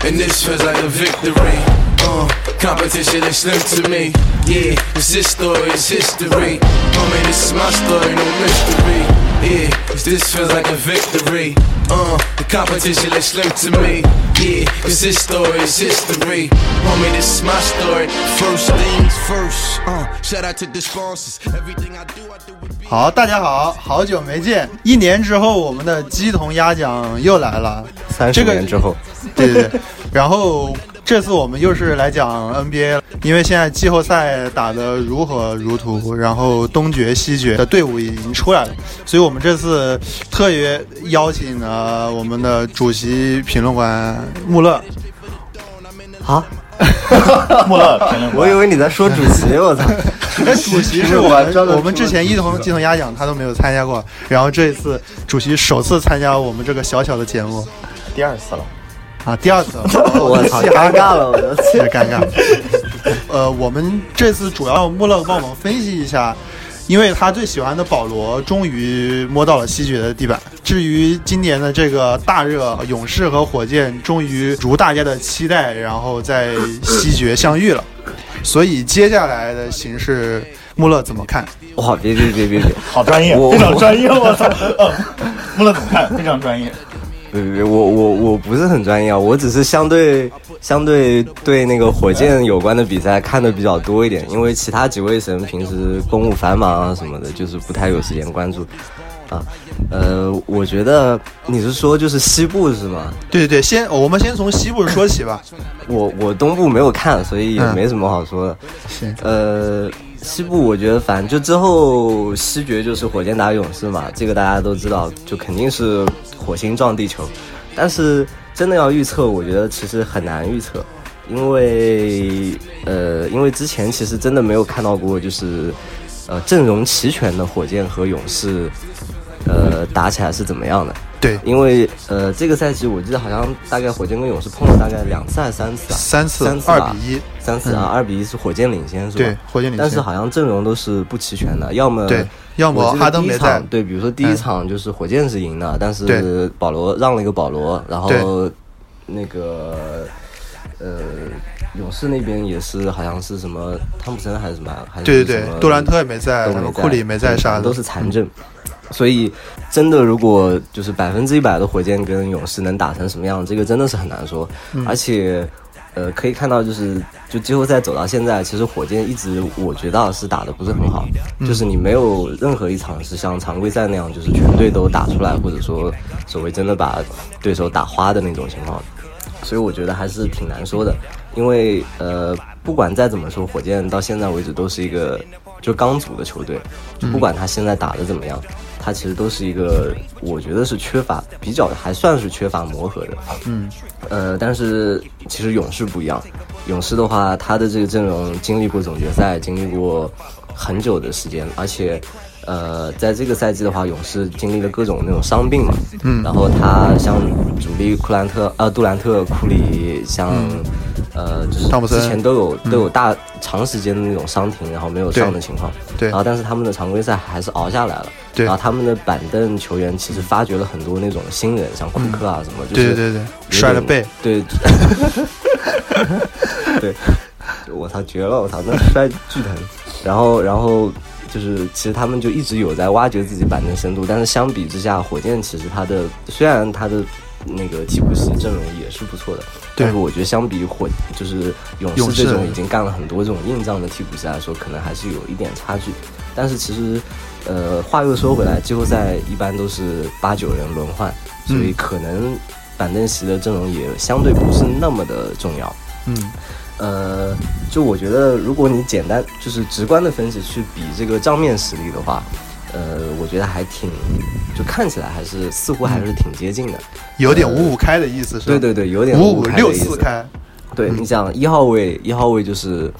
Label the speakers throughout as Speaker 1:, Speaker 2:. Speaker 1: feels like a victory. Uh, competition is slim to me. Yeah, it's this story, it's history. Homie, this is my story, no mystery. Yeah, 'cause this feels like a victory. Uh, the competition is slim to me. Yeah, 'cause this story is history. Homie, this is my story. First things first. Uh, shout out to the sponsors. Everything I do, I do with beat.
Speaker 2: 好，大家好，好久没见，一年之后我们的鸡同鸭讲又来了，
Speaker 3: 三十
Speaker 2: 这个
Speaker 3: 年之后，
Speaker 2: 对对对，然后这次我们又是来讲 NBA，因为现在季后赛打得如火如荼，然后东决西决的队伍已经出来了，所以我们这次特约邀请了我们的主席评论官穆勒，
Speaker 4: 穆勒评论
Speaker 3: 我以为你在说主席，我操！
Speaker 2: 哎，主席是我们我们之前一同鸡同鸭讲他都没有参加过，然后这一次主席首次参加我们这个小小的节目
Speaker 4: 第二次了，
Speaker 2: 啊，第二次了，
Speaker 3: 我
Speaker 2: 操
Speaker 3: 太尴尬了，我的
Speaker 2: 有点
Speaker 3: 天！
Speaker 2: 尴尬。呃，我们这次主要让穆勒帮我们分析一下，因为他最喜欢的保罗终于摸到了西决的地板。至于今年的这个大热，勇士和火箭终于如大家的期待，然后在西决相遇了。所以接下来的形势，穆勒怎么看？
Speaker 3: 哇，别别别别别
Speaker 4: 好专业
Speaker 3: 我，
Speaker 4: 非常专业，我操！呃穆勒怎么看？非常专业。
Speaker 3: 别别别！我我我不是很专业啊，我只是相对相对对那个火箭有关的比赛看的比较多一点，因为其他几位神平时公务繁忙啊什么的，就是不太有时间关注。啊，呃，我觉得你是说就是西部是吗？
Speaker 2: 对对对，先我们先从西部说起吧。
Speaker 3: 我我东部没有看，所以也
Speaker 2: 嗯
Speaker 3: 没什么好说的。
Speaker 2: 行，
Speaker 3: 呃，西部我觉得反正就之后西决就是火箭打勇士嘛，这个大家都知道，就肯定是火星撞地球。但是真的要预测，我觉得其实很难预测，因为呃，因为之前其实真的没有看到过，就是呃阵容齐全的火箭和勇士，呃打起来是怎么样的。
Speaker 2: 对，
Speaker 3: 因为呃，这个赛季我记得好像大概火箭跟勇士碰了大概两次还是三次啊？
Speaker 2: 三次
Speaker 3: 三次
Speaker 2: 二
Speaker 3: 吧
Speaker 2: 比一，
Speaker 3: 三次啊，二比一是火箭领先是吧？
Speaker 2: 对火箭领先
Speaker 3: 但是好像阵容都是不齐全的，要么
Speaker 2: 对要么
Speaker 3: 我记得
Speaker 2: 哈登
Speaker 3: 第一
Speaker 2: 没在嗯
Speaker 3: 场对，比如说第一场就是火箭是赢的，但
Speaker 2: 对
Speaker 3: 是保罗让了一个保罗，然后
Speaker 2: 对
Speaker 3: 那个呃。勇士那边也是，好像是什么汤普森还是什么，还是
Speaker 2: 对对
Speaker 3: 什
Speaker 2: 对，
Speaker 3: 么
Speaker 2: 杜兰特也没在，
Speaker 3: 都
Speaker 2: 然后
Speaker 3: 没
Speaker 2: 库里没在，
Speaker 3: 对
Speaker 2: 啥的
Speaker 3: 都是残阵。所以，真的，如果就是百分之一百的火箭跟勇士能打成什么样，这个真的是很难说。
Speaker 2: 嗯
Speaker 3: 而且，呃，可以看到，就是就季后赛走到现在，其实火箭一直我觉得啊是打得不是很好，
Speaker 2: 嗯
Speaker 3: 就是你没有任何一场是像常规赛那样，就是全队都打出来，或者说所谓真的把对手打花的那种情况。所以我觉得还是挺难说的，因为呃，不管再怎么说，火箭到现在为止都是一个就刚组的球队，就不管他现在打的怎么样，他其实都是一个我觉得是缺乏比较还算是缺乏磨合的，嗯，呃，但是其实勇士不一样，勇士的话，他的这个阵容经历过总决赛，经历过很久的时间，而且。呃，在这个赛季的话，勇士经历了各种那种伤病嘛，嗯，然后他像主力库兰特、呃杜兰特、库里，像、呃就是
Speaker 2: 嗯汤普森嗯
Speaker 3: 之前都有、都有大长时间的那种伤停，然后没有上的情况，
Speaker 2: 对
Speaker 3: 然后但是他们的常规赛还是熬下来了，
Speaker 2: 对
Speaker 3: 然后他们的板凳球员其实发掘了很多那种新人，像库克啊什么，就
Speaker 2: 嗯对
Speaker 3: 是
Speaker 2: 对对对，
Speaker 3: 有
Speaker 2: 摔了
Speaker 3: 点
Speaker 2: 背，，
Speaker 3: 对，对，我操，绝了，我操，那摔巨疼。然后，然后就是，其实他们就一直有在挖掘自己板凳深度，但是相比之下，火箭其实他的虽然他的那个替补席阵容也是不错的，
Speaker 2: 对
Speaker 3: 但是我觉得相比火就是勇
Speaker 2: 勇士
Speaker 3: 士这种已经干了很多这种硬仗的替补席来说，可能还是有一点差距。但是其实，呃，话又说回来，季后赛一般都是八九人轮换，所以可能板凳席的阵容也相对不是那么的重要。
Speaker 2: 嗯，
Speaker 3: 呃，就我觉得，如果你简单就是直观的分析去比这个账面实力的话，呃，我觉得还挺，就看起来还是似乎还是挺接近的。
Speaker 2: 有点五五开的意思是吧？
Speaker 3: 呃对对对，有点
Speaker 2: 五五
Speaker 3: 开的
Speaker 2: 六
Speaker 3: 意思
Speaker 2: 四开，
Speaker 3: 对
Speaker 2: 嗯
Speaker 3: 你想一号位，一号位就是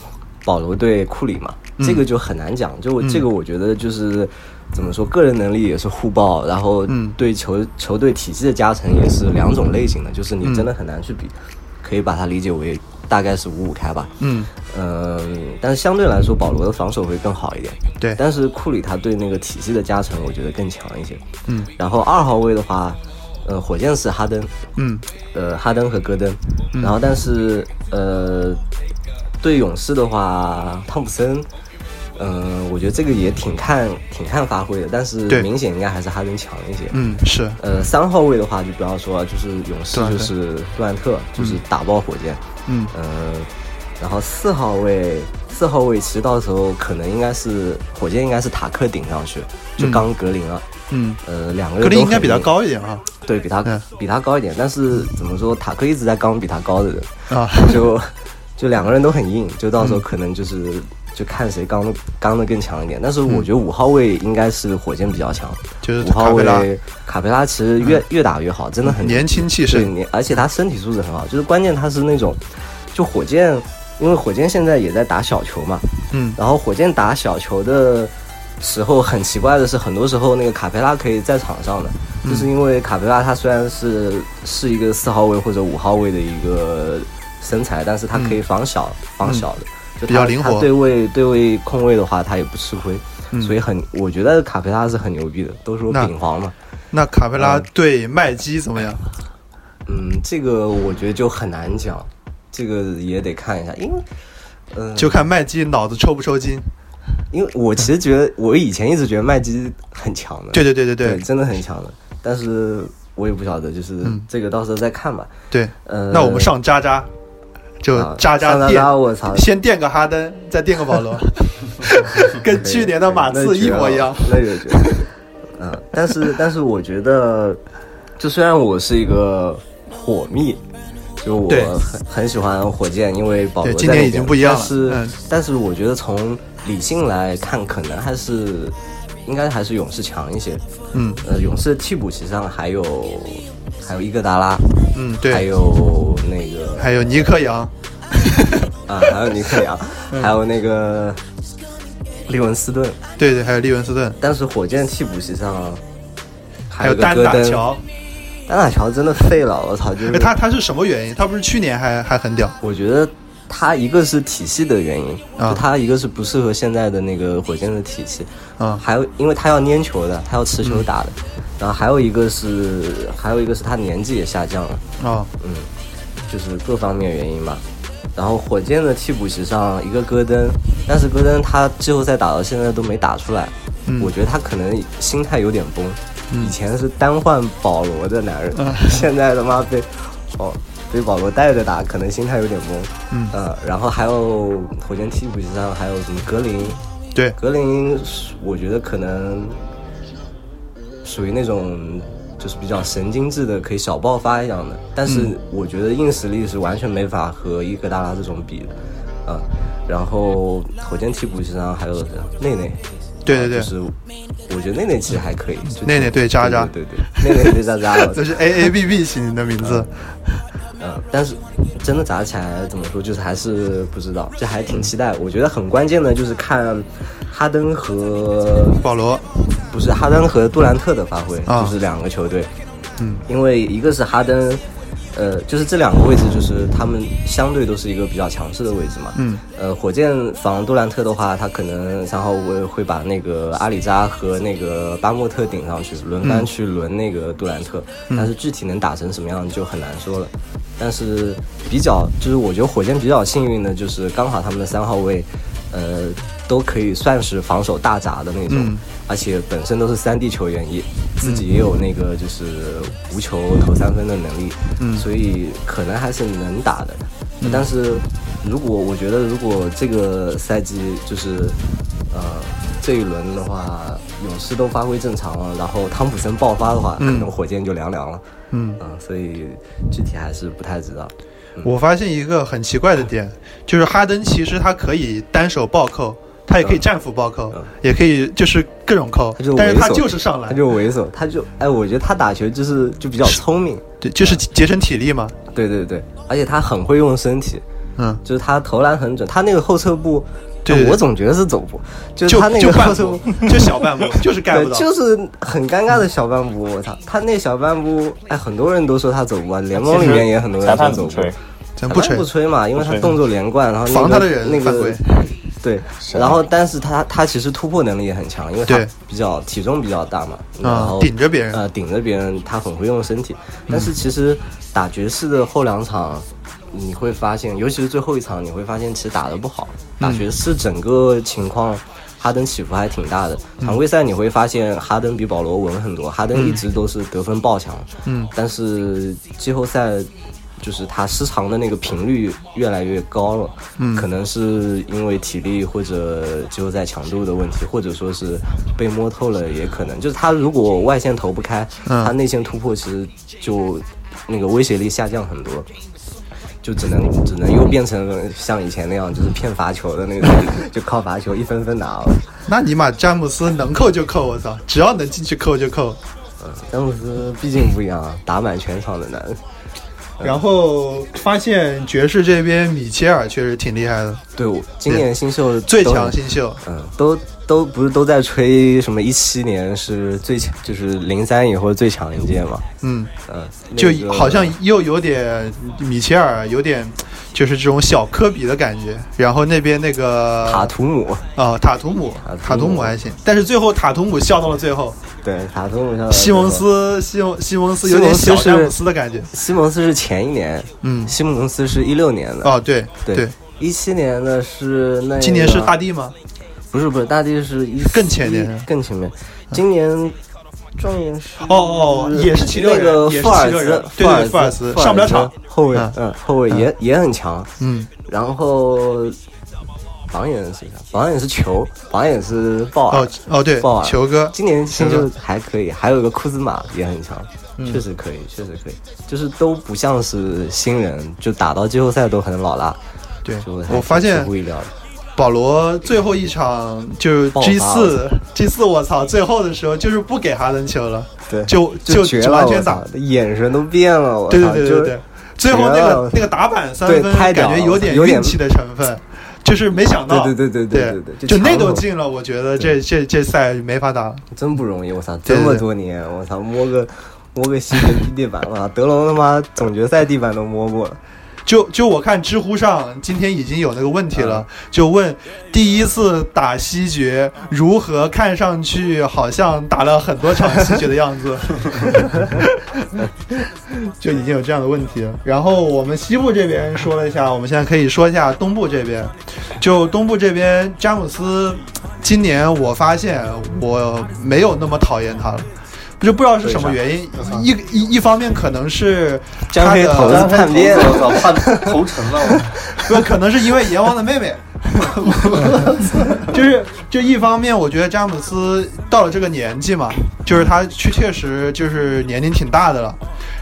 Speaker 3: 保罗对库里嘛，
Speaker 2: 嗯
Speaker 3: 这个就很难讲。就这个，我觉得就是怎么说，个人能力也是互爆，然后
Speaker 2: 嗯
Speaker 3: 对球球队体系的加成也是两种类型的，就是
Speaker 2: 嗯
Speaker 3: 你真的很难去比，可以把它理解为大概是五五开吧。
Speaker 2: 嗯，
Speaker 3: 嗯，但是相对来说，保罗的防守会更好一点。
Speaker 2: 对
Speaker 3: 但是库里他对那个体系的加成，我觉得更强一些。嗯，然后二号位的话，呃，火箭是哈登，
Speaker 2: 嗯，
Speaker 3: 呃，哈登和戈登，然后但是呃，对勇士的话，汤普森，嗯、我觉得这个也挺看挺看发挥的，但是
Speaker 2: 对
Speaker 3: 明显应该还是哈登强一些。
Speaker 2: 嗯，是，
Speaker 3: 呃，三号位的话就不要说了，就是勇士
Speaker 2: 杜兰特
Speaker 3: 就是杜兰特，就是打爆火箭。
Speaker 2: 嗯
Speaker 3: 呃，然后四号位，四号位其实到时候可能应该是火箭应该是塔克顶上去，就刚格林了。
Speaker 2: 嗯，
Speaker 3: 呃，两个人
Speaker 2: 格林
Speaker 3: 都
Speaker 2: 应该
Speaker 3: 很
Speaker 2: 比他
Speaker 3: 硬，
Speaker 2: 高一点啊
Speaker 3: 对比他、
Speaker 2: 嗯
Speaker 3: 比他高一点，但是怎么说，塔克一直在刚比他 高的人，
Speaker 2: 啊，
Speaker 3: 就就两个人都很硬，就到时候可能就是。就看谁刚刚的更强一点，但是我觉得五号位应该是火箭比较强，
Speaker 2: 就是
Speaker 3: 五号
Speaker 2: 卡佩拉嗯
Speaker 3: 位卡佩拉其实越、越打越好，真的很
Speaker 2: 年轻气
Speaker 3: 对，
Speaker 2: 盛，
Speaker 3: 你而且他身体素质很好，就是关键他是那种，就火箭，因为火箭现在也在打小球嘛，
Speaker 2: 嗯
Speaker 3: 然后火箭打小球的时候很奇怪的是，很多时候那个卡佩拉可以在场上的，
Speaker 2: 嗯
Speaker 3: 就是因为卡佩拉他虽然是是一个四号位或者五号位的一个身材，但是他可以防小、防小的，就
Speaker 2: 嗯比
Speaker 3: 他
Speaker 2: 较灵活嗯
Speaker 3: 他对位对位控位的话，他也不吃亏。所以很，我觉得卡佩拉是很牛逼的，都说
Speaker 2: 那
Speaker 3: 饼皇嘛。
Speaker 2: 那卡佩拉
Speaker 3: 嗯
Speaker 2: 对麦基怎么样？
Speaker 3: 呃嗯，这个我觉得就很难讲，这个也得看一下，因为，嗯、
Speaker 2: 就看麦基脑子抽不抽筋。
Speaker 3: 因为我其实觉得，我以前一直觉得麦基很强的，
Speaker 2: 对对对对
Speaker 3: 呃对
Speaker 2: 对
Speaker 3: 真的很强的，但是我也不晓得，就是这个到时候再看吧。
Speaker 2: 对，
Speaker 3: 呃，
Speaker 2: 嗯那我们上渣渣，就
Speaker 3: 啊
Speaker 2: 渣
Speaker 3: 上
Speaker 2: 渣
Speaker 3: 渣
Speaker 2: 垫
Speaker 3: 渣我操，
Speaker 2: 先垫个哈登，再垫个保 罗，跟去年的马刺一模一样。
Speaker 3: 那啊个绝了，嗯、但是但是我觉得，就虽然我是一个火迷，就我
Speaker 2: 对
Speaker 3: 很很喜欢火箭，因为保罗
Speaker 2: 对
Speaker 3: 在
Speaker 2: 今年
Speaker 3: 那
Speaker 2: 已经
Speaker 3: 边
Speaker 2: 不一样了
Speaker 3: 但是、
Speaker 2: 嗯
Speaker 3: 但是我觉得从理性来看，可能还是应该还是勇士强一些。
Speaker 2: 嗯
Speaker 3: 呃，勇士的替补席上还有还有伊戈达拉，
Speaker 2: 嗯，对，
Speaker 3: 还有那个
Speaker 2: 还有尼克杨，
Speaker 3: 啊，还有尼 克杨，
Speaker 2: 嗯
Speaker 3: 还有那个利文斯顿。
Speaker 2: 对对，还有利文斯顿，
Speaker 3: 但是火箭替补席上啊
Speaker 2: 还
Speaker 3: 还
Speaker 2: 有
Speaker 3: 个
Speaker 2: 丹
Speaker 3: 戈
Speaker 2: 打
Speaker 3: 登，
Speaker 2: 乔。
Speaker 3: 丹打乔真的废了，我操！就是
Speaker 2: 哎，他他是什么原因？他不是去年还还很屌？
Speaker 3: 我觉得他一个是体系的原因，
Speaker 2: 啊
Speaker 3: 就他一个是不适合现在的那个火箭的体系，
Speaker 2: 啊嗯
Speaker 3: 还有因为他要粘球的，他要持球打的，然后还有一个是还有一个是他年纪也下降了，
Speaker 2: 啊，
Speaker 3: 嗯，就是各方面原因吧。然后火箭的替补席上一个戈登，但是戈登他季后赛打到现在都没打出来，
Speaker 2: 嗯
Speaker 3: 我觉得他可能心态有点崩。以前是单换保罗的男人，
Speaker 2: 啊
Speaker 3: 现在他妈被哦被保罗带着打，可能心态有点崩。
Speaker 2: 嗯
Speaker 3: 呃，然后还有火箭替补席上还有什么格林，
Speaker 2: 对，
Speaker 3: 格林是，我觉得可能属于那种就是比较神经质的，可以小爆发一样的。但是我觉得硬实力是完全没法和伊戈达拉这种比的，啊、然后火箭替补席上还有谁啊内内，
Speaker 2: 对对对
Speaker 3: 啊就是我觉得内内其实还可以，就
Speaker 2: 内内对渣渣
Speaker 3: 对对对，内内对渣渣，我
Speaker 2: 这是 A A B B 起你的名字。
Speaker 3: 啊嗯，但是真的砸起来怎么说，就是还是不知道，就还挺期待。我觉得很关键的就是看哈登和
Speaker 2: 保罗，
Speaker 3: 不是哈登和杜兰特的发挥，
Speaker 2: 啊
Speaker 3: 就是两个球队，
Speaker 2: 嗯，
Speaker 3: 因为一个是哈登，呃，就是这两个位置就是他们相对都是一个比较强势的位置嘛，
Speaker 2: 嗯，
Speaker 3: 呃，火箭防杜兰特的话，他可能三号位会把那个阿里扎和那个巴莫特顶上去，轮番去轮那个杜兰特，
Speaker 2: 嗯
Speaker 3: 但是具体能打成什么样就很难说了。但是比较就是我觉得火箭比较幸运的就是刚好他们的三号位，呃，都可以算是防守大闸的那种，
Speaker 2: 嗯
Speaker 3: 而且本身都是三 D 球员，也自己也有那个就是无球投三分的能力，
Speaker 2: 嗯
Speaker 3: 所以可能还是能打的。但是如果我觉得如果这个赛季就是呃这一轮的话，勇士都发挥正常了，然后汤普森爆发的话，
Speaker 2: 嗯
Speaker 3: 可能火箭就凉凉了。
Speaker 2: 嗯，
Speaker 3: 嗯，所以具体还是不太知道。
Speaker 2: 我发现一个很奇怪的点，就是哈登其实他可以单手暴扣，他也可以战斧暴扣
Speaker 3: 嗯，
Speaker 2: 也可以就是各种扣
Speaker 3: 他就，
Speaker 2: 但是他
Speaker 3: 猥琐
Speaker 2: 就是上
Speaker 3: 他
Speaker 2: 篮，
Speaker 3: 就猥琐，他就哎，我觉得他打球就是就比较聪明，
Speaker 2: 对，就是节省体力嘛。
Speaker 3: 对对对，而且他很会用身体，
Speaker 2: 嗯，
Speaker 3: 就是他投篮很准，他那个后撤步，
Speaker 2: 对对
Speaker 3: 我总觉得是走步，就是
Speaker 2: 就
Speaker 3: 他那
Speaker 2: 就
Speaker 3: 个
Speaker 2: 半
Speaker 3: 后撤步
Speaker 2: 步，， 就小半步，就是盖
Speaker 3: 对
Speaker 2: 不，到。
Speaker 3: 就是很尴尬的小半步，我操，他那小半步，哎，很多人都说他走步啊，联盟里面也很多人说
Speaker 4: 裁判
Speaker 3: 走
Speaker 4: 不
Speaker 3: 步
Speaker 4: 吹，，
Speaker 2: 咱
Speaker 3: 裁
Speaker 2: 不
Speaker 3: 判
Speaker 2: 吹
Speaker 3: 不吹嘛，因为他动作连贯，然后那个
Speaker 2: 防他的人
Speaker 3: 那
Speaker 2: 犯
Speaker 3: 个
Speaker 2: 规，
Speaker 3: 对，然后但是他他其实突破能力也很强，因为他
Speaker 2: 对
Speaker 3: 比较体重比较大嘛，然
Speaker 2: 啊
Speaker 3: 后
Speaker 2: 顶着别人
Speaker 3: 呃顶着别人，他很会用身体。但是其实打爵士的后两场，你会发现，尤其是最后一场，你会发现其实打得不好。
Speaker 2: 嗯
Speaker 3: 打爵士整个情况，哈登起伏还挺大的。
Speaker 2: 嗯
Speaker 3: 常规赛你会发现哈登比保罗稳很多，哈登一直都是得分爆强，嗯，但是季后赛。就是他失常的那个频率越来越高了，嗯，可能是因为体力或者季后赛强度的问题，或者说是被摸透了，也可能就是他如果外线投不开，
Speaker 2: 嗯
Speaker 3: 他内线突破其实就那个威胁力下降很多，就只能只能又变成像以前那样，就是骗罚球的那种， 就靠罚球一分分拿了。
Speaker 2: 那尼玛詹姆斯能扣就扣，我操，只要能进去扣就扣。
Speaker 3: 詹姆斯毕竟不一样，啊，打满全场的男人。
Speaker 2: 然后发现爵士这边米切尔确实挺厉害的，
Speaker 3: 对，我今年新秀
Speaker 2: 最
Speaker 3: 都
Speaker 2: 强新秀。
Speaker 3: 嗯，都都不是都在吹什么一七年是最强，就是零三以后最强一届嘛。
Speaker 2: 嗯，
Speaker 3: 嗯，
Speaker 2: 就
Speaker 3: 那个
Speaker 2: 好像又有点米切尔有点就是这种小科比的感觉。然后那边那个
Speaker 3: 塔图姆，
Speaker 2: 啊塔图姆塔
Speaker 3: 塔图姆
Speaker 2: 图姆还行，但是最后塔图姆笑到了最后，
Speaker 3: 对塔图姆上
Speaker 2: 西蒙，斯西蒙西蒙斯有点
Speaker 3: 呃西
Speaker 2: 小
Speaker 3: 蒙斯是
Speaker 2: 詹姆斯的感觉。
Speaker 3: 西蒙斯是前一年，
Speaker 2: 嗯
Speaker 3: 西蒙斯是一六年的，
Speaker 2: 哦对对，，
Speaker 3: 一七年的是那个，
Speaker 2: 今年是大帝吗？
Speaker 3: 不是不是大地是一
Speaker 2: 更前年
Speaker 3: 更前面，今年。状元是
Speaker 2: 哦哦也是七六人
Speaker 3: 那个
Speaker 2: 也是
Speaker 3: 富尔
Speaker 2: 七六
Speaker 3: 兹
Speaker 2: 人，对对
Speaker 3: 富
Speaker 2: 富
Speaker 3: 尔
Speaker 2: 尔
Speaker 3: 兹
Speaker 2: 兹上不了场，
Speaker 3: 后卫
Speaker 2: 嗯
Speaker 3: 嗯后卫也也很强，
Speaker 2: 嗯，
Speaker 3: 然后榜眼是谁啊？榜眼是球，榜眼是鲍尔
Speaker 2: 哦。哦对
Speaker 3: 鲍，尔
Speaker 2: 球哥
Speaker 3: 今年新
Speaker 2: 球
Speaker 3: 秀
Speaker 2: 哥
Speaker 3: 还可以，还有一个库兹马也很强，
Speaker 2: 嗯
Speaker 3: 确实可以，确实可以，就是都不像是新人，就打到季后赛都很老辣。
Speaker 2: 对
Speaker 3: 就，还
Speaker 2: 我发
Speaker 3: 挺
Speaker 2: 现
Speaker 3: 出乎意料的。
Speaker 2: 保罗最后一场就是
Speaker 3: 爆发
Speaker 2: G 四 G 四，我操！最后的时候就是不给哈登球了，
Speaker 3: 对，
Speaker 2: 就
Speaker 3: 就
Speaker 2: 就
Speaker 3: 绝
Speaker 2: 就
Speaker 3: 了，
Speaker 2: 完
Speaker 3: 我
Speaker 2: 全
Speaker 3: 操
Speaker 2: 打，，
Speaker 3: 眼神都变了，我
Speaker 2: 对对
Speaker 3: 操
Speaker 2: 对
Speaker 3: 就
Speaker 2: 对对。最后那
Speaker 3: 绝了
Speaker 2: 个那个打板三
Speaker 3: 对
Speaker 2: 分，
Speaker 3: 太
Speaker 2: 感
Speaker 3: 屌
Speaker 2: 觉
Speaker 3: 了
Speaker 2: 有点
Speaker 3: 有点
Speaker 2: 运气的成分，就是没想到，
Speaker 3: 对对对对
Speaker 2: 对
Speaker 3: 对对对就
Speaker 2: 就那
Speaker 3: 强
Speaker 2: 都
Speaker 3: 了
Speaker 2: 进了，我觉得这这这赛没法打了。
Speaker 3: 真不容易，我操，这
Speaker 2: 对对
Speaker 3: 么
Speaker 2: 对
Speaker 3: 多年，我操，摸个摸个西决地板，我操，德隆他妈总决赛地板都摸过了，
Speaker 2: 就就我看知乎上今天已经有那个问题了，就问第一次打西决如何看上去好像打了很多场西决的样子， 就已经有这样的问题了。然后我们西部这边说了一下，我们现在可以说一下东部这边。就东部这边，詹姆斯今年我发现我没有那么讨厌他了。就不知道是什么原因，一一一方面可能是
Speaker 3: 张
Speaker 2: 他
Speaker 3: 飞
Speaker 2: 的
Speaker 3: 投资叛变，
Speaker 4: 我操，怕头沉
Speaker 5: 啊
Speaker 4: 了，我
Speaker 2: 不，可能是因为阎王的妹 妹。就是，就一方面，我觉得詹姆斯到了这个年纪嘛，就是他确确实就是年龄挺大的了，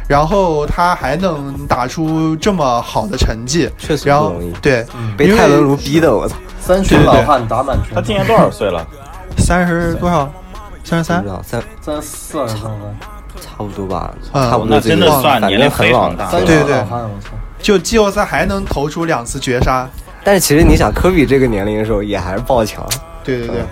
Speaker 2: 然后他还能打出这么好的成绩，
Speaker 3: 确实不
Speaker 2: 然后
Speaker 3: 容易，嗯
Speaker 2: 对，
Speaker 3: 被泰伦卢逼
Speaker 2: 啊
Speaker 3: 的，我操，
Speaker 5: 三
Speaker 2: 对
Speaker 5: 旬
Speaker 2: 对
Speaker 5: 老
Speaker 2: 对
Speaker 5: 汉打满全
Speaker 4: 他
Speaker 5: 场，
Speaker 4: 今年多少岁了？
Speaker 2: 三十多少，三十
Speaker 3: 不
Speaker 2: 三
Speaker 3: 知，道三
Speaker 5: 三四二十多分，
Speaker 3: 差不多吧，
Speaker 2: 嗯
Speaker 3: 差不多
Speaker 4: 那
Speaker 3: 这个
Speaker 4: 真
Speaker 3: 意思，
Speaker 4: 的算
Speaker 3: 反
Speaker 4: 年
Speaker 3: 正
Speaker 4: 龄
Speaker 3: 很
Speaker 4: 非
Speaker 3: 老
Speaker 4: 常。大。
Speaker 5: 三
Speaker 2: 对
Speaker 5: 旬
Speaker 2: 对
Speaker 5: 老汉，我操！
Speaker 2: 就季后赛还能投出两次绝杀，
Speaker 3: 但是其实你想，科比这个年龄的时候也还是爆强，
Speaker 2: 对对对，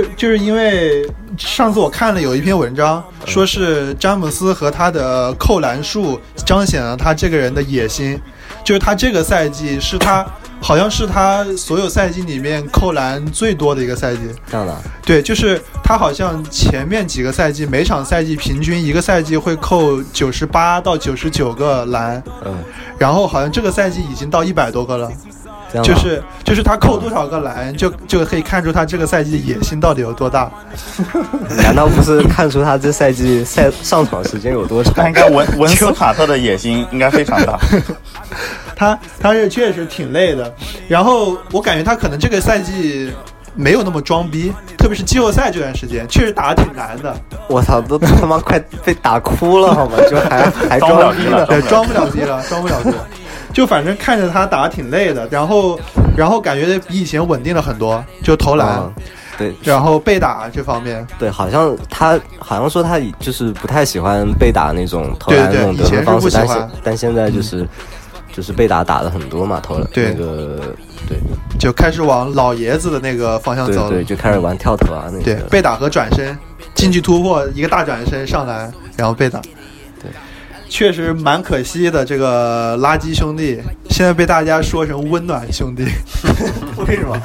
Speaker 2: 就就是因为上次我看了有一篇文章，说是詹姆斯和他的扣篮数彰显了他这个人的野心，就是他这个赛季是他好像是他所有赛季里面扣篮最多的一个赛季。
Speaker 3: 这样的啊。
Speaker 2: 对，就是他好像前面几个赛季每场赛季平均一个赛季会扣九十八到九十九个篮，
Speaker 3: 嗯，
Speaker 2: 然后好像这个赛季已经到一百多个了。
Speaker 3: 这样的
Speaker 2: 就
Speaker 3: 啊
Speaker 2: 是就是他扣多少个篮，就就可以看出他这个赛季的野心到底有多大。
Speaker 3: 难道不是看出他这赛季赛上场时间有多
Speaker 4: 那
Speaker 3: 长
Speaker 4: 应？该 文文斯卡特的野心应该非常大。
Speaker 2: 他他是确实挺累的，然后我感觉他可能这个赛季没有那么装逼，特别是季后赛这段时间，确实打得挺难 的，
Speaker 3: 我操，都他妈快被打哭了好吗？就 还还
Speaker 4: 当不了
Speaker 3: 装逼
Speaker 4: 逼了
Speaker 3: 了。
Speaker 2: 对，装不了逼了，装不了逼了。就反正看着他打得挺累的，然后然后感觉比以前稳定了很多，就投篮，
Speaker 3: 嗯对
Speaker 2: 然后被打这方面，
Speaker 3: 对，好像他好像说他以就是不太喜欢被打那种投
Speaker 2: 对
Speaker 3: 篮那
Speaker 2: 对
Speaker 3: 种
Speaker 2: 以
Speaker 3: 得分
Speaker 2: 前
Speaker 3: 方
Speaker 2: 是不
Speaker 3: 式，但
Speaker 2: 喜
Speaker 3: 现
Speaker 2: 欢嗯
Speaker 3: 但现在就是、就是被打打的很多嘛，投篮
Speaker 2: 对
Speaker 3: 那个对
Speaker 2: 就开始往老爷子的那个方向走
Speaker 3: 对
Speaker 2: 了。
Speaker 3: 对，就开始玩跳投啊那
Speaker 2: 对
Speaker 3: 些，。
Speaker 2: 被打和转身，进去突破一个大转身上来，然后被打。
Speaker 3: 对，
Speaker 2: 确实蛮可惜的。这 个垃圾兄弟现在被大家说成温暖兄弟，为什么？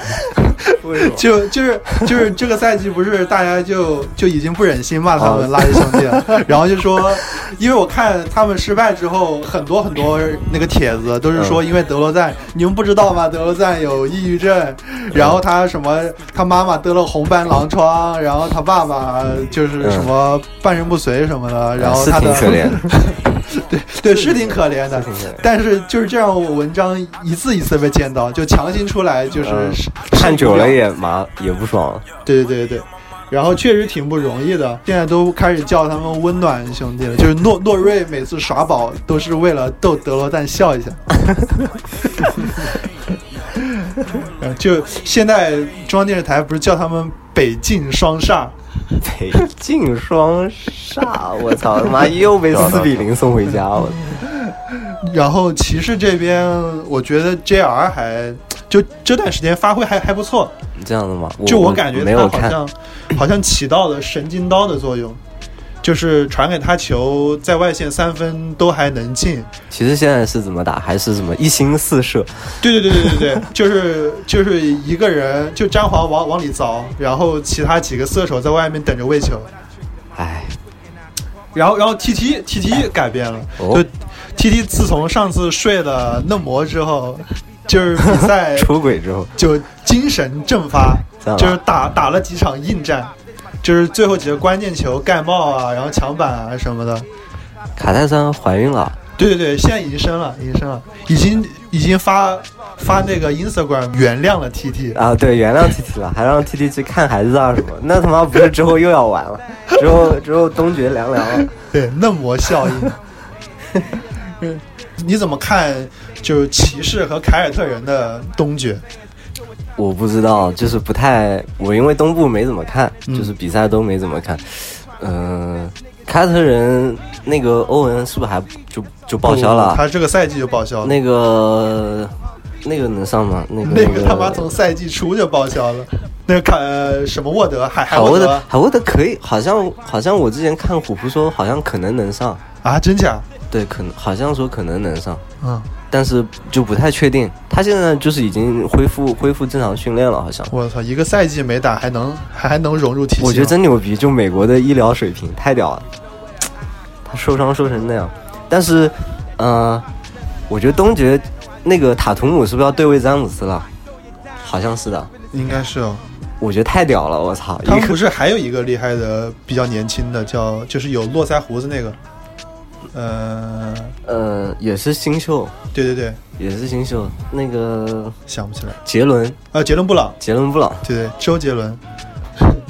Speaker 2: 就就是就是这个赛季不是大家就就已经不忍心骂他们垃圾兄弟 了，然后就说，因为我看他们失败之后，很多很多那个帖子都是说，因为德罗赞，你们不知道吗？德罗赞有抑郁症，然后他什么，他妈妈得了红斑狼疮，然后他爸爸就是什么半身不遂什么的，然后
Speaker 3: 是
Speaker 2: 他
Speaker 3: 挺
Speaker 2: 的
Speaker 3: 可怜，
Speaker 2: 对 对，是挺可怜的
Speaker 3: 是挺可怜，
Speaker 2: 但是就是这样，我文章一次一次被见到，就强行出来，就是
Speaker 3: 嗯
Speaker 2: 是
Speaker 3: 看久了
Speaker 2: 是
Speaker 3: 也麻也 不爽。
Speaker 2: 对对对对。然后确实挺不容易的，现在都开始叫他们温暖兄弟了。就是诺诺瑞每次耍宝都是为了逗德罗赞笑一下。 呃就现在中央电视台不是叫他们北进双煞，
Speaker 3: 北境双煞，我操他妈又被四比零送回家，我
Speaker 2: 然后骑士这边我觉得 JR 还就这段时间发挥还还不错，
Speaker 3: 这样的吗？
Speaker 2: 就我感觉
Speaker 3: 没
Speaker 2: 他好
Speaker 3: 有看，
Speaker 2: 像好像起到了神经刀的作用，就是传给他球，在外线三分都还能进。
Speaker 3: 其实现在是怎么打，还是怎么一心四射，
Speaker 2: 对对对对对对，就是就是一个人就詹皇往往里凿，然后其他几个射手在外面等着喂球。
Speaker 3: 哎，
Speaker 2: 然后然后 T T T T 改变了，
Speaker 3: 哦
Speaker 2: 就 T T 自从上次睡了嫩模之后，就是比 赛
Speaker 3: 出轨之后，
Speaker 2: 就精神振发
Speaker 3: 这样，啊
Speaker 2: 就是打打了几场硬战，就是最后几个关键球盖帽啊，然后抢板啊什么的。
Speaker 3: 卡戴珊怀孕了，
Speaker 2: 对对对，现在已经生了，已经生了，已经已经发发那个 Instagram 原谅了 TT。
Speaker 3: 啊，对，原谅 T T 了，还让 T T 去看孩子啊什么，那他妈不是之后又要完了，之后之后东决凉凉了，
Speaker 2: 对，嫩模效应。 嗯你怎么看就是骑士和凯尔特人的东决？
Speaker 3: 我不知道，就是不太，我因为东部没怎么看，
Speaker 2: 嗯
Speaker 3: 就是比赛都没怎么看，嗯、凯尔特人那个欧文是不是还就就报销了啊？
Speaker 2: 他这个赛季就报销了。
Speaker 3: 那个那个能上吗？那个
Speaker 2: 那个他妈从赛季初就报销了。那个凯呃什么沃德海海
Speaker 3: 海沃
Speaker 2: 德啊
Speaker 3: 德，海沃德可以，好像好像我之前看虎扑说好像可能能上，
Speaker 2: 啊，真假？
Speaker 3: 对，可能好像说可能能上，
Speaker 2: 嗯，
Speaker 3: 但是就不太确定。他现在就是已经恢复恢复正常训练了，好像。
Speaker 2: 我操，一个赛季没打还能还还能融入体系吗？
Speaker 3: 我觉得真牛逼，就美国的医疗水平太屌了。他受伤受成那样，但是，呃，我觉得东决那个塔图姆是不是要对位詹姆斯了？好像是的，
Speaker 2: 应该是哦。
Speaker 3: 我觉得太屌了，我操！
Speaker 2: 他
Speaker 3: 一
Speaker 2: 们
Speaker 3: 个
Speaker 2: 不是还有一个厉害的比较年轻的叫就是有络腮胡子那个，呃，
Speaker 3: 呃，也是新秀，
Speaker 2: 对对对，
Speaker 3: 也是新秀，那个
Speaker 2: 想不起来。
Speaker 3: 杰伦，
Speaker 2: 呃，杰伦布朗，
Speaker 3: 杰伦布朗，
Speaker 2: 对对，周杰伦，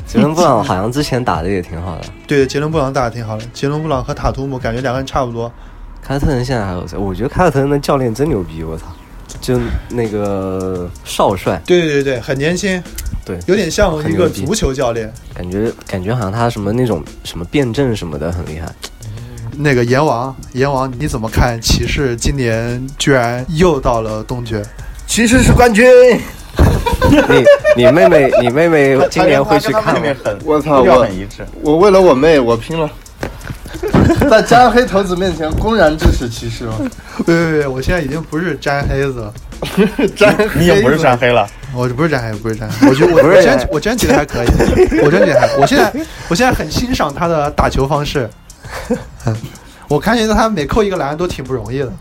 Speaker 3: 杰伦布朗好像之前打的也挺好的。
Speaker 2: 对杰伦布朗打的挺好的。杰伦布朗和塔图姆感觉两个人差不多，
Speaker 3: 凯尔特人现在还有谁？我觉得凯尔特人的教练真牛逼，我操！就那个少帅，
Speaker 2: 对对对对，很年轻，
Speaker 3: 对，
Speaker 2: 有点像
Speaker 3: 很
Speaker 2: 一
Speaker 3: 牛
Speaker 2: 个
Speaker 3: 逼
Speaker 2: 足球教练。
Speaker 3: 感觉感觉好像他什么那种什么辩证什么的很厉害。
Speaker 2: 那个阎王，阎王你怎么看骑士今年居然又到了东决？
Speaker 5: 骑士是冠军。
Speaker 3: 你你妹妹你妹妹 今年会去
Speaker 4: 他
Speaker 3: 看
Speaker 4: 跟他妹
Speaker 3: 吗
Speaker 4: 妹？很，
Speaker 5: 我操
Speaker 4: 步调
Speaker 5: 我
Speaker 4: 很一 致。
Speaker 5: 我为了我妹，我拼了。 在沾黑头子面前公然支持骑士吗？
Speaker 2: 别别别，我现在已经不是沾黑子了，
Speaker 5: 沾
Speaker 4: 你也不是山黑了，
Speaker 2: 我不是沾黑，不是沾 黑，我觉得我
Speaker 3: 不
Speaker 2: 我
Speaker 3: 是
Speaker 2: 真我真觉得还可以，我真觉得还，我现在我现在很欣赏他的打球方式，嗯我看见他每扣一个篮都挺不容易的。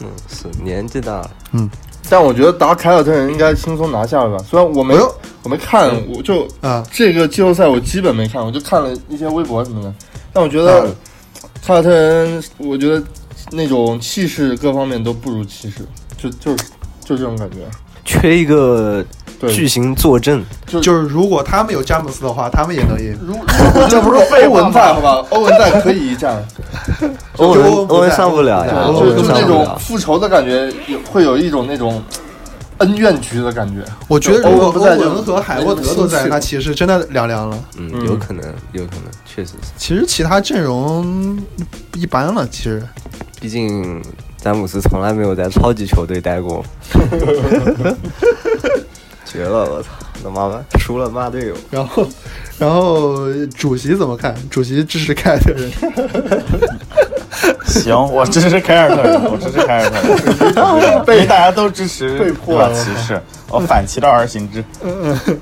Speaker 3: 嗯，是年纪大了，
Speaker 5: 但我觉得打凯尔特人应该轻松拿下了吧？虽然我没
Speaker 2: 哎呦
Speaker 5: 我没看，我就
Speaker 2: 啊
Speaker 5: 这个季后赛我基本没看，我就看了一些微博什么的。但我觉得凯尔特人，我觉得那种气势各方面都不如骑士，就就就这种感觉。
Speaker 3: 缺一个
Speaker 5: 对
Speaker 3: 巨星坐镇。
Speaker 2: 就是如果他们有詹姆斯的话，他们也能赢。
Speaker 5: 如如这不是欧文在好吧？欧文在可以一战，
Speaker 3: 欧文
Speaker 2: 就欧文不
Speaker 3: 欧文
Speaker 2: 在
Speaker 3: 上不了
Speaker 2: 对
Speaker 3: 呀，
Speaker 2: 欧
Speaker 3: 欧
Speaker 5: 就
Speaker 2: 文
Speaker 5: 啊就
Speaker 3: 文
Speaker 5: 是
Speaker 3: 上
Speaker 5: 那
Speaker 3: 不
Speaker 5: 种
Speaker 3: 了。
Speaker 5: 复仇的感觉，有会有一种那种恩怨局的感觉。
Speaker 2: 我觉得如果
Speaker 5: 欧文
Speaker 2: 欧
Speaker 5: 不在就
Speaker 2: 文和海沃德都在，那其实真的凉凉了。
Speaker 3: 嗯，有可能，有可能，确实是。
Speaker 2: 其实其他阵容一般了，其实
Speaker 3: 毕竟詹姆斯从来没有在超级球队待过， 绝了！我操，他妈的输了骂队友，
Speaker 2: 然后，然后主席怎么看？主席支持凯尔特人。
Speaker 4: 行，我支持凯尔特人，我支持凯尔特 人，被大家都支持
Speaker 5: 被迫了
Speaker 4: 对吧歧视，我反其道而行之。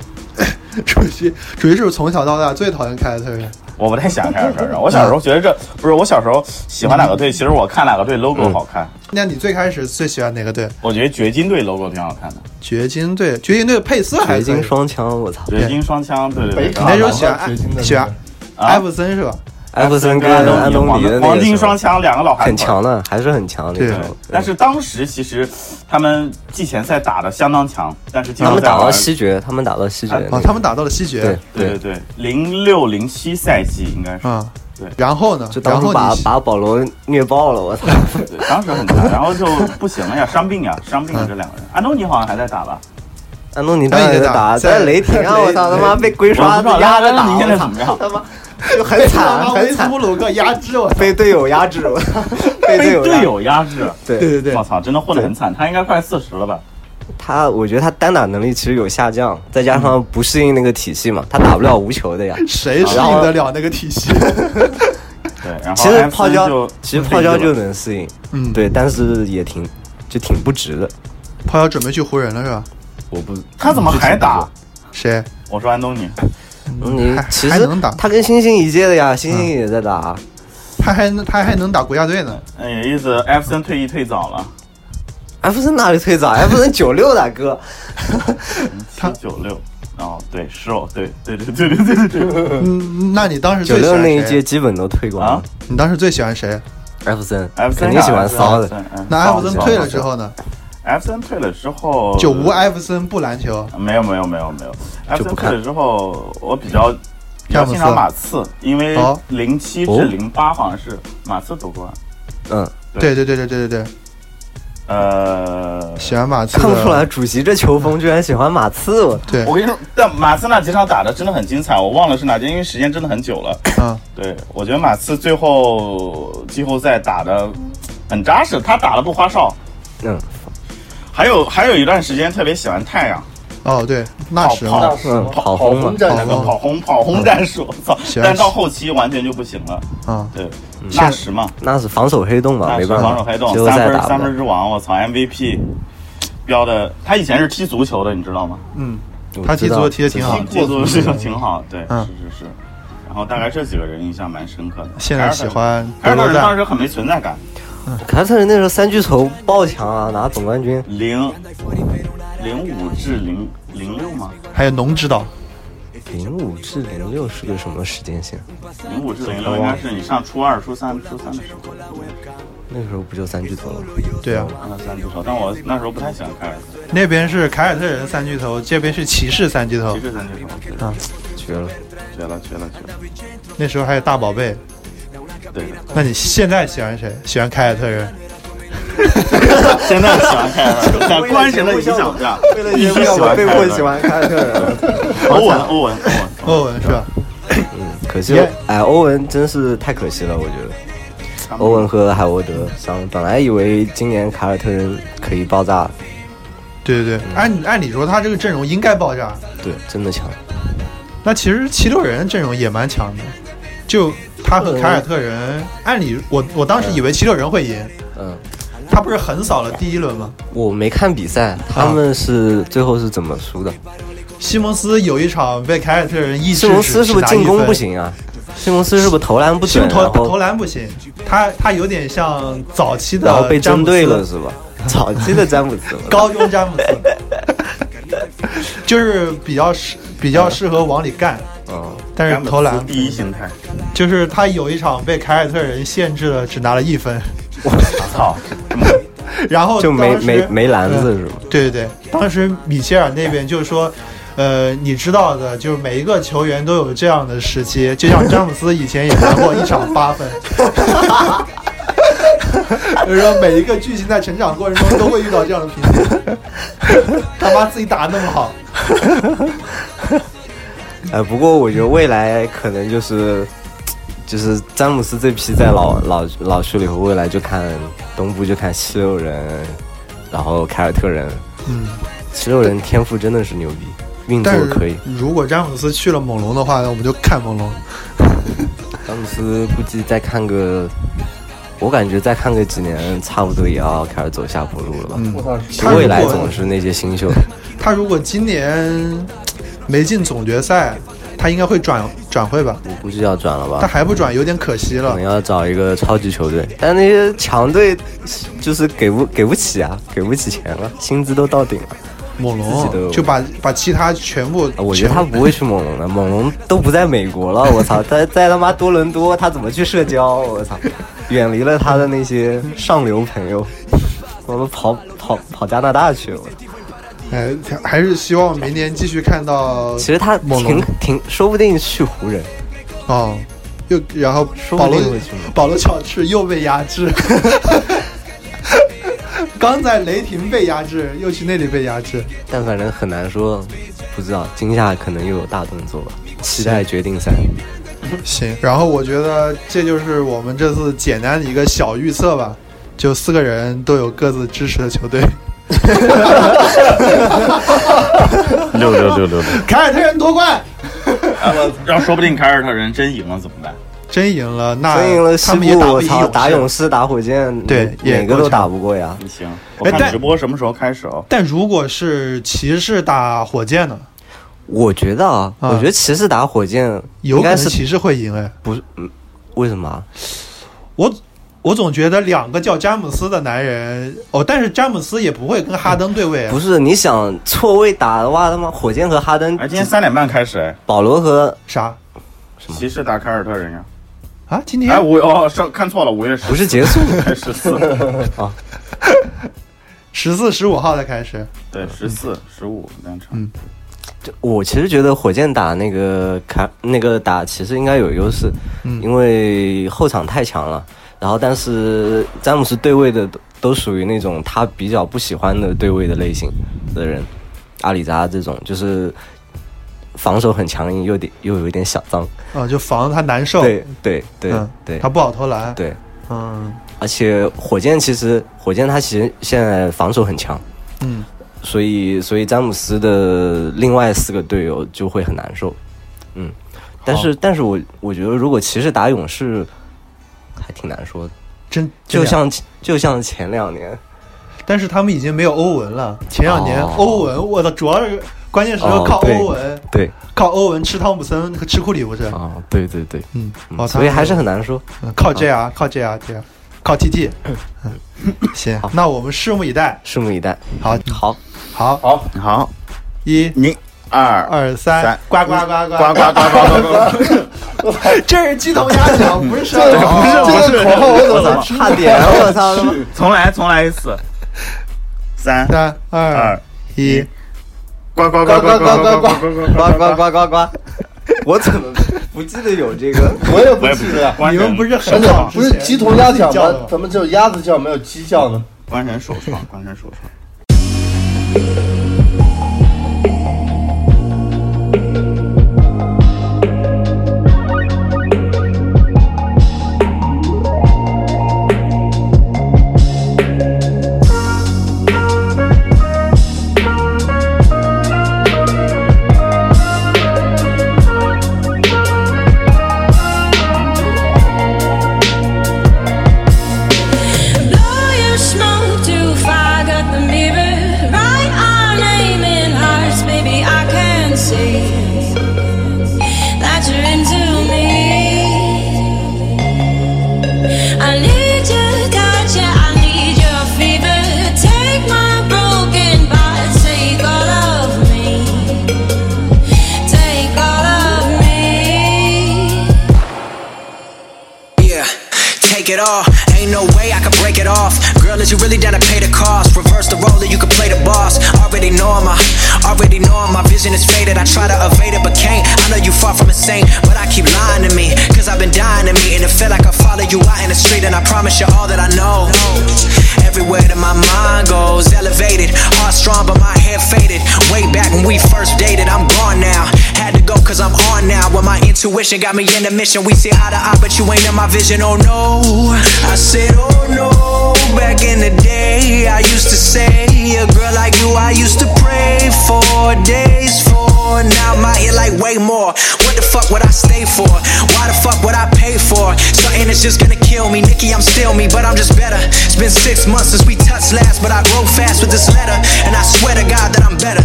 Speaker 2: 主席，主席是不是从小到大最讨厌凯尔特人？
Speaker 4: 我不太喜欢凯尔特人，我小时候觉得这不是我小时候喜欢哪个队，其实我看哪个队
Speaker 3: 嗯
Speaker 4: logo 好看，
Speaker 2: 那你最开始最喜欢哪个队？
Speaker 4: 我觉得掘金队 logo 挺好看的，
Speaker 2: 掘金队，掘金队的佩斯还
Speaker 3: 掘
Speaker 2: 行
Speaker 3: 金。双枪，我操！
Speaker 4: 掘金双枪，对对
Speaker 5: 北
Speaker 4: 对，
Speaker 2: 你
Speaker 5: 卡
Speaker 2: 那时候
Speaker 5: 啊
Speaker 2: 喜欢
Speaker 5: 掘金的
Speaker 2: 埃喜欢
Speaker 4: 啊
Speaker 2: 艾弗森是吧？
Speaker 3: 艾弗森跟安
Speaker 4: 安
Speaker 3: 东尼
Speaker 4: 尼
Speaker 3: 啊的那个时候
Speaker 4: 黄金双枪，两个老汉
Speaker 3: 很
Speaker 4: 子
Speaker 3: 强的，还是很强那
Speaker 2: 对
Speaker 3: 时
Speaker 4: 对
Speaker 3: 候。
Speaker 4: 但是当时其实他们季前赛打的相当强，但是季
Speaker 3: 他
Speaker 4: 后
Speaker 3: 们
Speaker 4: 赛
Speaker 3: 打到
Speaker 4: 玩
Speaker 3: 西决，他们打到西决
Speaker 4: 啊
Speaker 3: 那
Speaker 2: 啊，
Speaker 3: 个，
Speaker 2: 他们打到了西
Speaker 3: 啊对
Speaker 2: 决。
Speaker 4: 对对对，零六零七赛季应该是，
Speaker 2: 啊，
Speaker 4: 对
Speaker 2: 然后呢
Speaker 3: 就？当
Speaker 2: 然
Speaker 3: 时
Speaker 2: 后
Speaker 3: 把
Speaker 2: 你
Speaker 3: 把保罗虐爆了，我操！
Speaker 4: 对，当时很强，然后就不行了呀，伤病呀，伤病了这两个人，安东尼好像还在打吧，
Speaker 3: 安东尼当
Speaker 2: 那
Speaker 3: 然
Speaker 2: 也
Speaker 3: 在
Speaker 2: 打
Speaker 3: 打，
Speaker 2: 在
Speaker 3: 在雷霆啊！
Speaker 2: 雷
Speaker 3: 我操，他妈被龟
Speaker 4: 我
Speaker 3: 刷子
Speaker 4: 不知道
Speaker 3: 压着打，
Speaker 4: 安东尼现在
Speaker 3: 我
Speaker 4: 怎
Speaker 3: 操
Speaker 4: 么样？
Speaker 3: 他妈就很惨，很惨，
Speaker 2: 鲁克压制我。
Speaker 3: 被队友压制，我操， 被
Speaker 4: 被
Speaker 3: 压
Speaker 4: 队
Speaker 3: 制。
Speaker 4: 友压制，
Speaker 2: 对对对
Speaker 4: 我，操，真的混得很惨，他应该快四十了吧？
Speaker 3: 他，我觉得他单打能力其实有下降，再加上不适应那个体系嘛，他打不了无球的呀。
Speaker 2: 谁适应得了那个体系？
Speaker 4: 对，然后
Speaker 3: 其实
Speaker 4: 安
Speaker 3: 泡
Speaker 4: 森
Speaker 3: 椒
Speaker 4: 就，
Speaker 3: 其实泡椒就能适应，
Speaker 2: 嗯，，
Speaker 3: 对，但是也挺就挺不值的。
Speaker 2: 泡椒准备去湖人了是吧？
Speaker 3: 我不，
Speaker 4: 他怎么还打？
Speaker 2: 谁？
Speaker 4: 我说安东尼，
Speaker 3: 嗯你
Speaker 2: 还
Speaker 3: 其
Speaker 2: 还
Speaker 3: 实
Speaker 2: 能打嗯
Speaker 3: 他跟星星一届的呀，星星也在打，啊
Speaker 2: 他还能他还能打国家队呢？
Speaker 4: 哎，意思艾弗森退役退早了，
Speaker 3: 艾弗森哪里退早？艾弗森九六的 哥，
Speaker 4: 七九六。哦，对，是哦，对，对，对，对，对，对，对， 对，
Speaker 2: 嗯，那你当时
Speaker 3: 九
Speaker 2: 最喜
Speaker 3: 六
Speaker 2: 欢
Speaker 3: 那一届
Speaker 2: 谁？
Speaker 3: 基本都退光
Speaker 4: 啊
Speaker 3: 了。
Speaker 2: 你当时最喜欢谁？
Speaker 3: 艾弗森
Speaker 4: 艾弗森
Speaker 3: 肯定喜欢骚的，
Speaker 4: 嗯的。
Speaker 2: 那艾弗森退了之后呢？
Speaker 4: 艾弗森退了之后，
Speaker 2: 就无艾弗森不篮球。
Speaker 4: 没有没有没有没有，艾弗
Speaker 3: 就不
Speaker 4: 森
Speaker 3: 看
Speaker 4: 退了之后，我比较比较欣赏马刺，因为
Speaker 2: 哦
Speaker 4: 零七
Speaker 3: 哦
Speaker 4: 至零八好像是马刺夺冠，
Speaker 3: 嗯，
Speaker 2: 对
Speaker 4: 对
Speaker 2: 对对对对对对，
Speaker 4: 呃，
Speaker 2: 喜欢马刺
Speaker 3: 看不出
Speaker 2: 的。
Speaker 3: 来主席这球风居然喜欢马刺，我
Speaker 2: 对
Speaker 4: 我，跟你说，但马刺那几场打的真的很精彩，我忘了是哪届，因为时间真的很久了。
Speaker 2: 嗯，
Speaker 4: 对，我觉得马刺最后季后赛打的很扎实，他打的不花哨。
Speaker 3: 嗯
Speaker 4: 还有还有一段时间特别喜欢太阳，
Speaker 2: 哦对，那时
Speaker 4: 跑
Speaker 2: 候
Speaker 5: 那什
Speaker 3: 嗯
Speaker 5: 么，
Speaker 3: 跑
Speaker 5: 跑
Speaker 3: 轰嘛，
Speaker 5: 战
Speaker 4: 那
Speaker 5: 术
Speaker 4: 个跑轰跑轰战术，我操！
Speaker 2: 嗯行
Speaker 4: 但到后期完全就不行了。
Speaker 2: 啊，
Speaker 4: 对，纳什嘛，
Speaker 3: 那是防守黑洞嘛，
Speaker 4: 纳
Speaker 3: 没
Speaker 4: 什
Speaker 3: 办
Speaker 4: 防守
Speaker 3: 法
Speaker 4: 黑，洞
Speaker 3: 季，后
Speaker 4: 三
Speaker 3: 赛
Speaker 4: 分
Speaker 3: 打
Speaker 4: 三
Speaker 3: 不
Speaker 4: 分
Speaker 3: 了。
Speaker 4: 之王，我操 MVP 标的，他以前是踢足球的，你知道吗？
Speaker 2: 嗯，
Speaker 3: 我
Speaker 2: 他踢
Speaker 3: 知
Speaker 2: 足
Speaker 3: 道
Speaker 2: 球踢得挺好
Speaker 4: 踢。踢足球挺好，对，
Speaker 2: 嗯
Speaker 4: 是是是。然后大概这几个人印象蛮深刻的。
Speaker 2: 现在喜欢
Speaker 4: 凯
Speaker 2: 德
Speaker 4: 尔特
Speaker 2: 罗
Speaker 4: 人当
Speaker 2: 赞，
Speaker 4: 时很没存在感，
Speaker 3: 凯尔特人那时候三巨头爆强啊，拿总冠军。
Speaker 4: 零零五至零零六吗？
Speaker 2: 还有农指导，
Speaker 3: 零五至零六是个什么时间线？
Speaker 4: 零五至零六应该是你上初二、初三、初三的时候，
Speaker 3: 那个时候不就三巨头了吗？
Speaker 2: 对啊，
Speaker 4: 那三巨头。但我那时候不太喜欢凯尔特人，
Speaker 2: 那边是凯尔特人三巨头，这边是骑士三巨头
Speaker 4: 骑。士三巨头，对
Speaker 2: 啊
Speaker 3: 绝了！
Speaker 4: 绝了绝了绝了，
Speaker 2: 那时候还有大宝贝。
Speaker 4: 对。
Speaker 2: 那你现在喜欢谁？喜欢凯尔特人？
Speaker 4: 现在喜欢凯尔特人，在官神的影响下，
Speaker 3: 为了
Speaker 4: 必
Speaker 3: 节
Speaker 4: 须
Speaker 3: 目
Speaker 4: 喜
Speaker 3: 我
Speaker 4: 欢
Speaker 3: 被
Speaker 4: 凯尔
Speaker 3: 迫
Speaker 4: 特
Speaker 3: 喜
Speaker 4: 人。
Speaker 3: 欢凯尔特人。
Speaker 4: 欧文，欧文，欧文，
Speaker 2: 欧文是吧？
Speaker 3: 可惜
Speaker 2: Yeah，
Speaker 3: 哎，欧文真是太可惜了，我觉得。欧文和海沃德伤，本来以为今年凯尔特人可以爆炸，
Speaker 2: 对对对，按按理说他这个阵容应该爆炸。
Speaker 3: 对，真的强。
Speaker 2: 那其实七六人阵容也蛮强的，就他和凯尔特人，按理我我当时以为七六人会赢，
Speaker 3: 嗯，
Speaker 2: 他不是横扫了第一轮吗？
Speaker 3: 我没看比赛，他们是最后是怎么输的？
Speaker 2: 西蒙斯有一场被凯尔特人一
Speaker 3: 西
Speaker 2: 制
Speaker 3: 蒙
Speaker 2: 止，
Speaker 3: 斯是不是进攻不？行啊？西蒙斯是不是投篮不
Speaker 2: 西
Speaker 3: 准，
Speaker 2: 蒙投
Speaker 3: 然
Speaker 2: 投
Speaker 3: 后
Speaker 2: 篮不行，他他有点像早期的
Speaker 3: 然后被
Speaker 2: 詹
Speaker 3: 针
Speaker 2: 姆斯
Speaker 3: 对了，是吧？早期的詹姆斯了，
Speaker 2: 高中詹姆斯，就是比较适比较适合往里干，
Speaker 3: 嗯，
Speaker 2: 但是
Speaker 4: 詹姆斯
Speaker 2: 投篮
Speaker 4: 第一形态，
Speaker 2: 就是他有一场被凯尔特人限制了，只拿了一分，
Speaker 4: 操，
Speaker 2: 然后
Speaker 3: 就没
Speaker 2: 当时嗯
Speaker 3: 没没篮子是吧？
Speaker 2: 对对对，当时米切尔那边就是说，呃，你知道的，就是每一个球员都有这样的时期，就像詹姆斯以前也拿过一场八分。 就是说，每一个巨星在成长过程中都会遇到这样的瓶颈。他妈自己打的那么好，
Speaker 3: 呃，不过我觉得未来可能就是，就是詹姆斯这批在老老老区里头，未来就看东部就看七六人，然后凯尔特人。
Speaker 2: 嗯，
Speaker 3: 七六人天赋真的是牛逼，运作
Speaker 2: 但是
Speaker 3: 嗯可以。
Speaker 2: 如果詹姆斯去了猛龙的话，那我们就看猛龙。
Speaker 3: 詹姆斯估计再看个我感觉再看个几年，差不多也要开始走下坡路了吧。
Speaker 2: 嗯
Speaker 5: 我 操，
Speaker 2: 他如
Speaker 3: 未来
Speaker 2: 果
Speaker 3: 总是那些 新秀，
Speaker 2: 他如果今年没进总决赛，他应该会转转会吧？
Speaker 3: 我估计要转了
Speaker 2: 但
Speaker 3: 吧。
Speaker 2: 还不转，有点可惜
Speaker 3: 可
Speaker 2: 了
Speaker 3: 能。要找一个超级球队，但那些强队就是给不给不起啊，给不起钱了，薪资都到顶了。
Speaker 2: 猛
Speaker 3: 自己都
Speaker 2: 龙就把把其他全部，
Speaker 3: 我觉得他
Speaker 2: 全
Speaker 3: 不会去猛龙的，猛龙都不在美国了，我 操，在在他妈多伦多，他怎么去社交？我操，远离了他的那些上流朋友，我们跑跑跑加拿大去了。我操
Speaker 2: 哎，还是希望明年继续看到
Speaker 3: 其实他
Speaker 2: 猛龙
Speaker 3: 挺挺，说不定去湖人，
Speaker 2: 哦。又然后
Speaker 3: 说
Speaker 2: 保
Speaker 3: 不
Speaker 2: 罗
Speaker 3: 定会去呢
Speaker 2: 保罗乔治又被压 制，刚在雷霆被压制，又去那里被压制。
Speaker 3: 但反正很难说，不知道今夏可能又有大动作吧。期待决定赛，
Speaker 2: 行，然后我觉得这就是我们这次简单的一个小预测吧，就四个人都有各自支持的球队。
Speaker 4: 六六六六六，
Speaker 2: 凯尔特人夺冠，
Speaker 4: 啊要说不定凯尔特人真赢了怎么办？
Speaker 2: 真赢了，那
Speaker 3: 真赢了
Speaker 2: 哎他
Speaker 3: 西
Speaker 2: 们也
Speaker 3: 部，
Speaker 2: 打不
Speaker 3: 我
Speaker 2: 赢
Speaker 3: 操，
Speaker 2: 士
Speaker 3: 打勇。士打火箭，嗯
Speaker 2: 对也
Speaker 3: 哪个
Speaker 2: 够
Speaker 3: 都
Speaker 2: 呛
Speaker 3: 打不过呀。
Speaker 4: 行，我看
Speaker 2: 但
Speaker 4: 直播什么时候开始哦？
Speaker 2: 但如果是骑士打火箭呢？
Speaker 3: 我觉得啊，
Speaker 2: 啊
Speaker 3: 我觉得骑士打火箭
Speaker 2: 有
Speaker 3: 应
Speaker 2: 可
Speaker 3: 该
Speaker 2: 能
Speaker 3: 是
Speaker 2: 骑士会赢哎，
Speaker 3: 不是，嗯，为什么啊？
Speaker 2: 我我总觉得两个叫詹姆斯的男人哦，但是詹姆斯也不会跟哈登对位啊，
Speaker 3: 不是你想错位打的话，他妈火箭和哈登
Speaker 4: 哎，，今天三点半开始哎，
Speaker 3: 保罗和
Speaker 2: 啥
Speaker 4: 骑士打凯尔特人呀？
Speaker 2: 啊？今天
Speaker 4: 哎，五哦，上看错了，五月十哎
Speaker 3: 不是结束，
Speaker 4: 十四，
Speaker 3: 啊
Speaker 2: 十四十五号才开始，
Speaker 4: 对，十四十五两场。
Speaker 2: 嗯
Speaker 3: 就我其实觉得火箭打那个卡那个打骑士应该有优势，
Speaker 2: 嗯
Speaker 3: 因为后场太强了。然后，但是詹姆斯对位的都都属于那种他比较不喜欢的对位的类型的人，阿里扎这种就是防守很强硬，又得又有一点小脏。
Speaker 2: 啊，就防他难受，
Speaker 3: 对对对
Speaker 2: 嗯
Speaker 3: 对
Speaker 2: 他不好投篮，
Speaker 3: 对，
Speaker 2: 嗯
Speaker 3: 而且火箭其实火箭他其实现在防守很强，
Speaker 2: 嗯，
Speaker 3: 所以所以詹姆斯的另外四个队友就会很难受，嗯，但是但是我我觉得如果骑士打勇士，还挺难说的，
Speaker 2: 真
Speaker 3: 就，
Speaker 2: 真
Speaker 3: 像就像前两年，
Speaker 2: 两但是他们已经没有欧文了。前两年
Speaker 3: 哦
Speaker 2: 欧文，我的主要是关键时
Speaker 3: 哦
Speaker 2: 刻靠
Speaker 3: 对
Speaker 2: 欧文，
Speaker 3: 对，
Speaker 2: 靠欧文吃汤普森和吃库里不是？
Speaker 3: 啊，对对对，
Speaker 2: 嗯，
Speaker 3: 嗯
Speaker 2: 哦，他
Speaker 3: 所以还是很难说，
Speaker 2: 嗯靠 JR，靠 JR，这样，靠 TT。嗯行，那我们拭目以待。
Speaker 3: 拭目以待。
Speaker 2: 好，
Speaker 3: 好，
Speaker 2: 好，
Speaker 4: 好，好，
Speaker 2: 一。
Speaker 4: 你二
Speaker 2: 二三
Speaker 4: 三，
Speaker 2: 呱呱呱呱
Speaker 4: 呱呱呱呱呱呱，
Speaker 2: 这是鸡同鸭讲，不是山
Speaker 5: 这
Speaker 2: 羊。
Speaker 5: 个口号我怎
Speaker 3: 我操，
Speaker 5: 么
Speaker 3: 差
Speaker 2: 哎
Speaker 3: 点，我操，他妈
Speaker 4: 重来重来一次，三
Speaker 2: 三二
Speaker 4: 二
Speaker 2: 一，
Speaker 4: 呱呱呱呱呱呱呱呱
Speaker 3: 呱呱呱呱呱，我怎么不记得有这个？
Speaker 5: 我也
Speaker 4: 我
Speaker 5: 不
Speaker 4: 也不
Speaker 5: 记
Speaker 4: 知
Speaker 5: 得
Speaker 4: 道。，
Speaker 2: 你们不是
Speaker 5: 而
Speaker 2: 很
Speaker 5: 且
Speaker 2: 早之
Speaker 5: 不是
Speaker 2: 前
Speaker 5: 鸡同鸭讲
Speaker 2: 叫的
Speaker 5: 吗？怎么只有鸭子叫没有鸡叫呢？
Speaker 4: 官神首创，官神首创。
Speaker 6: Blow your smoke too far, got the mirror. Write our name in hearts, baby. I can see that you're into me. I need you, got you. I need your fever. Take my broken body, take all of me, take all of me.
Speaker 7: Yeah, take it all. Ain't no way I could break it off. Girl, is you really down to pay the cost? Reverse the role that you could play the boss. Already know I'm a, already know I'm my vision is faded. I try to evade it, but can't. I know you far from insane, but I keep lying to me. Cause I've been dying to me, and it felt like I follow you out in the street, and I promise you all that I know. Everywhere that my mind goes, elevated. Heart strong, but my head faded. Way back when we first dated, I'm gone now. Had to go cause I'm on now. When my intuition got me in the mission, we see eye to eye, but you ain't in my vision. Oh no, I said, oh no. Back in the day, I used to say, a girl like you, I used to pray for days for. Now I'm out here like way more. What the fuck would I stay for? Why the fuck would I pay for? Something to is just gonna kill me. Nikki, I'm still me, but I'm just better. It's been six months since we touched last, but I grow fast with this letter. And I swear to God that I'm better.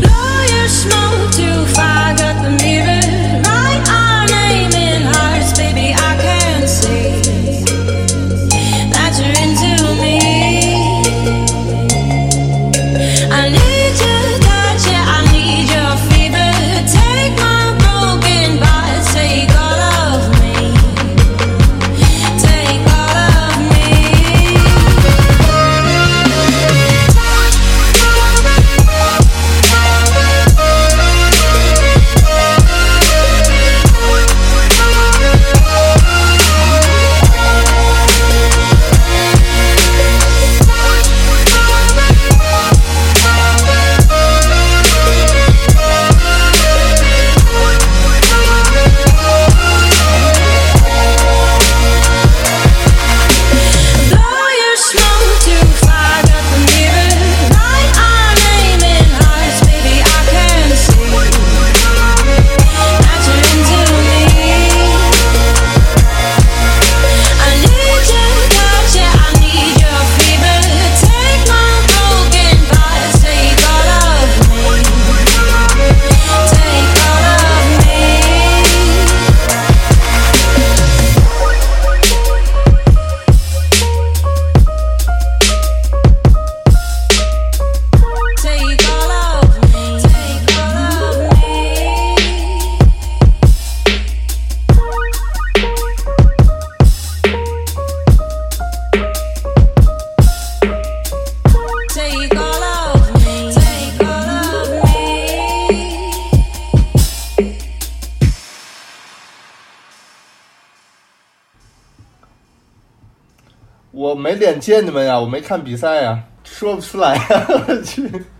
Speaker 6: Blow your smoke too far, got the mirror. Write our name in hearts, baby. I can see that you're into me. I need your touch, yeah, I need your fever. Take my broken body, take all of me, take all of me. Blow your smoke too far, got the mirror. Write our name in hearts, baby. I can see that you're into me. I need your touch, yeah, I need your fever. Take my broken body, take all of me, take all of me. Take all of me. Take all of me. Take all of me. Take all of me.
Speaker 5: 我没脸见你们呀，我没看比赛呀，说不出来呀，我去。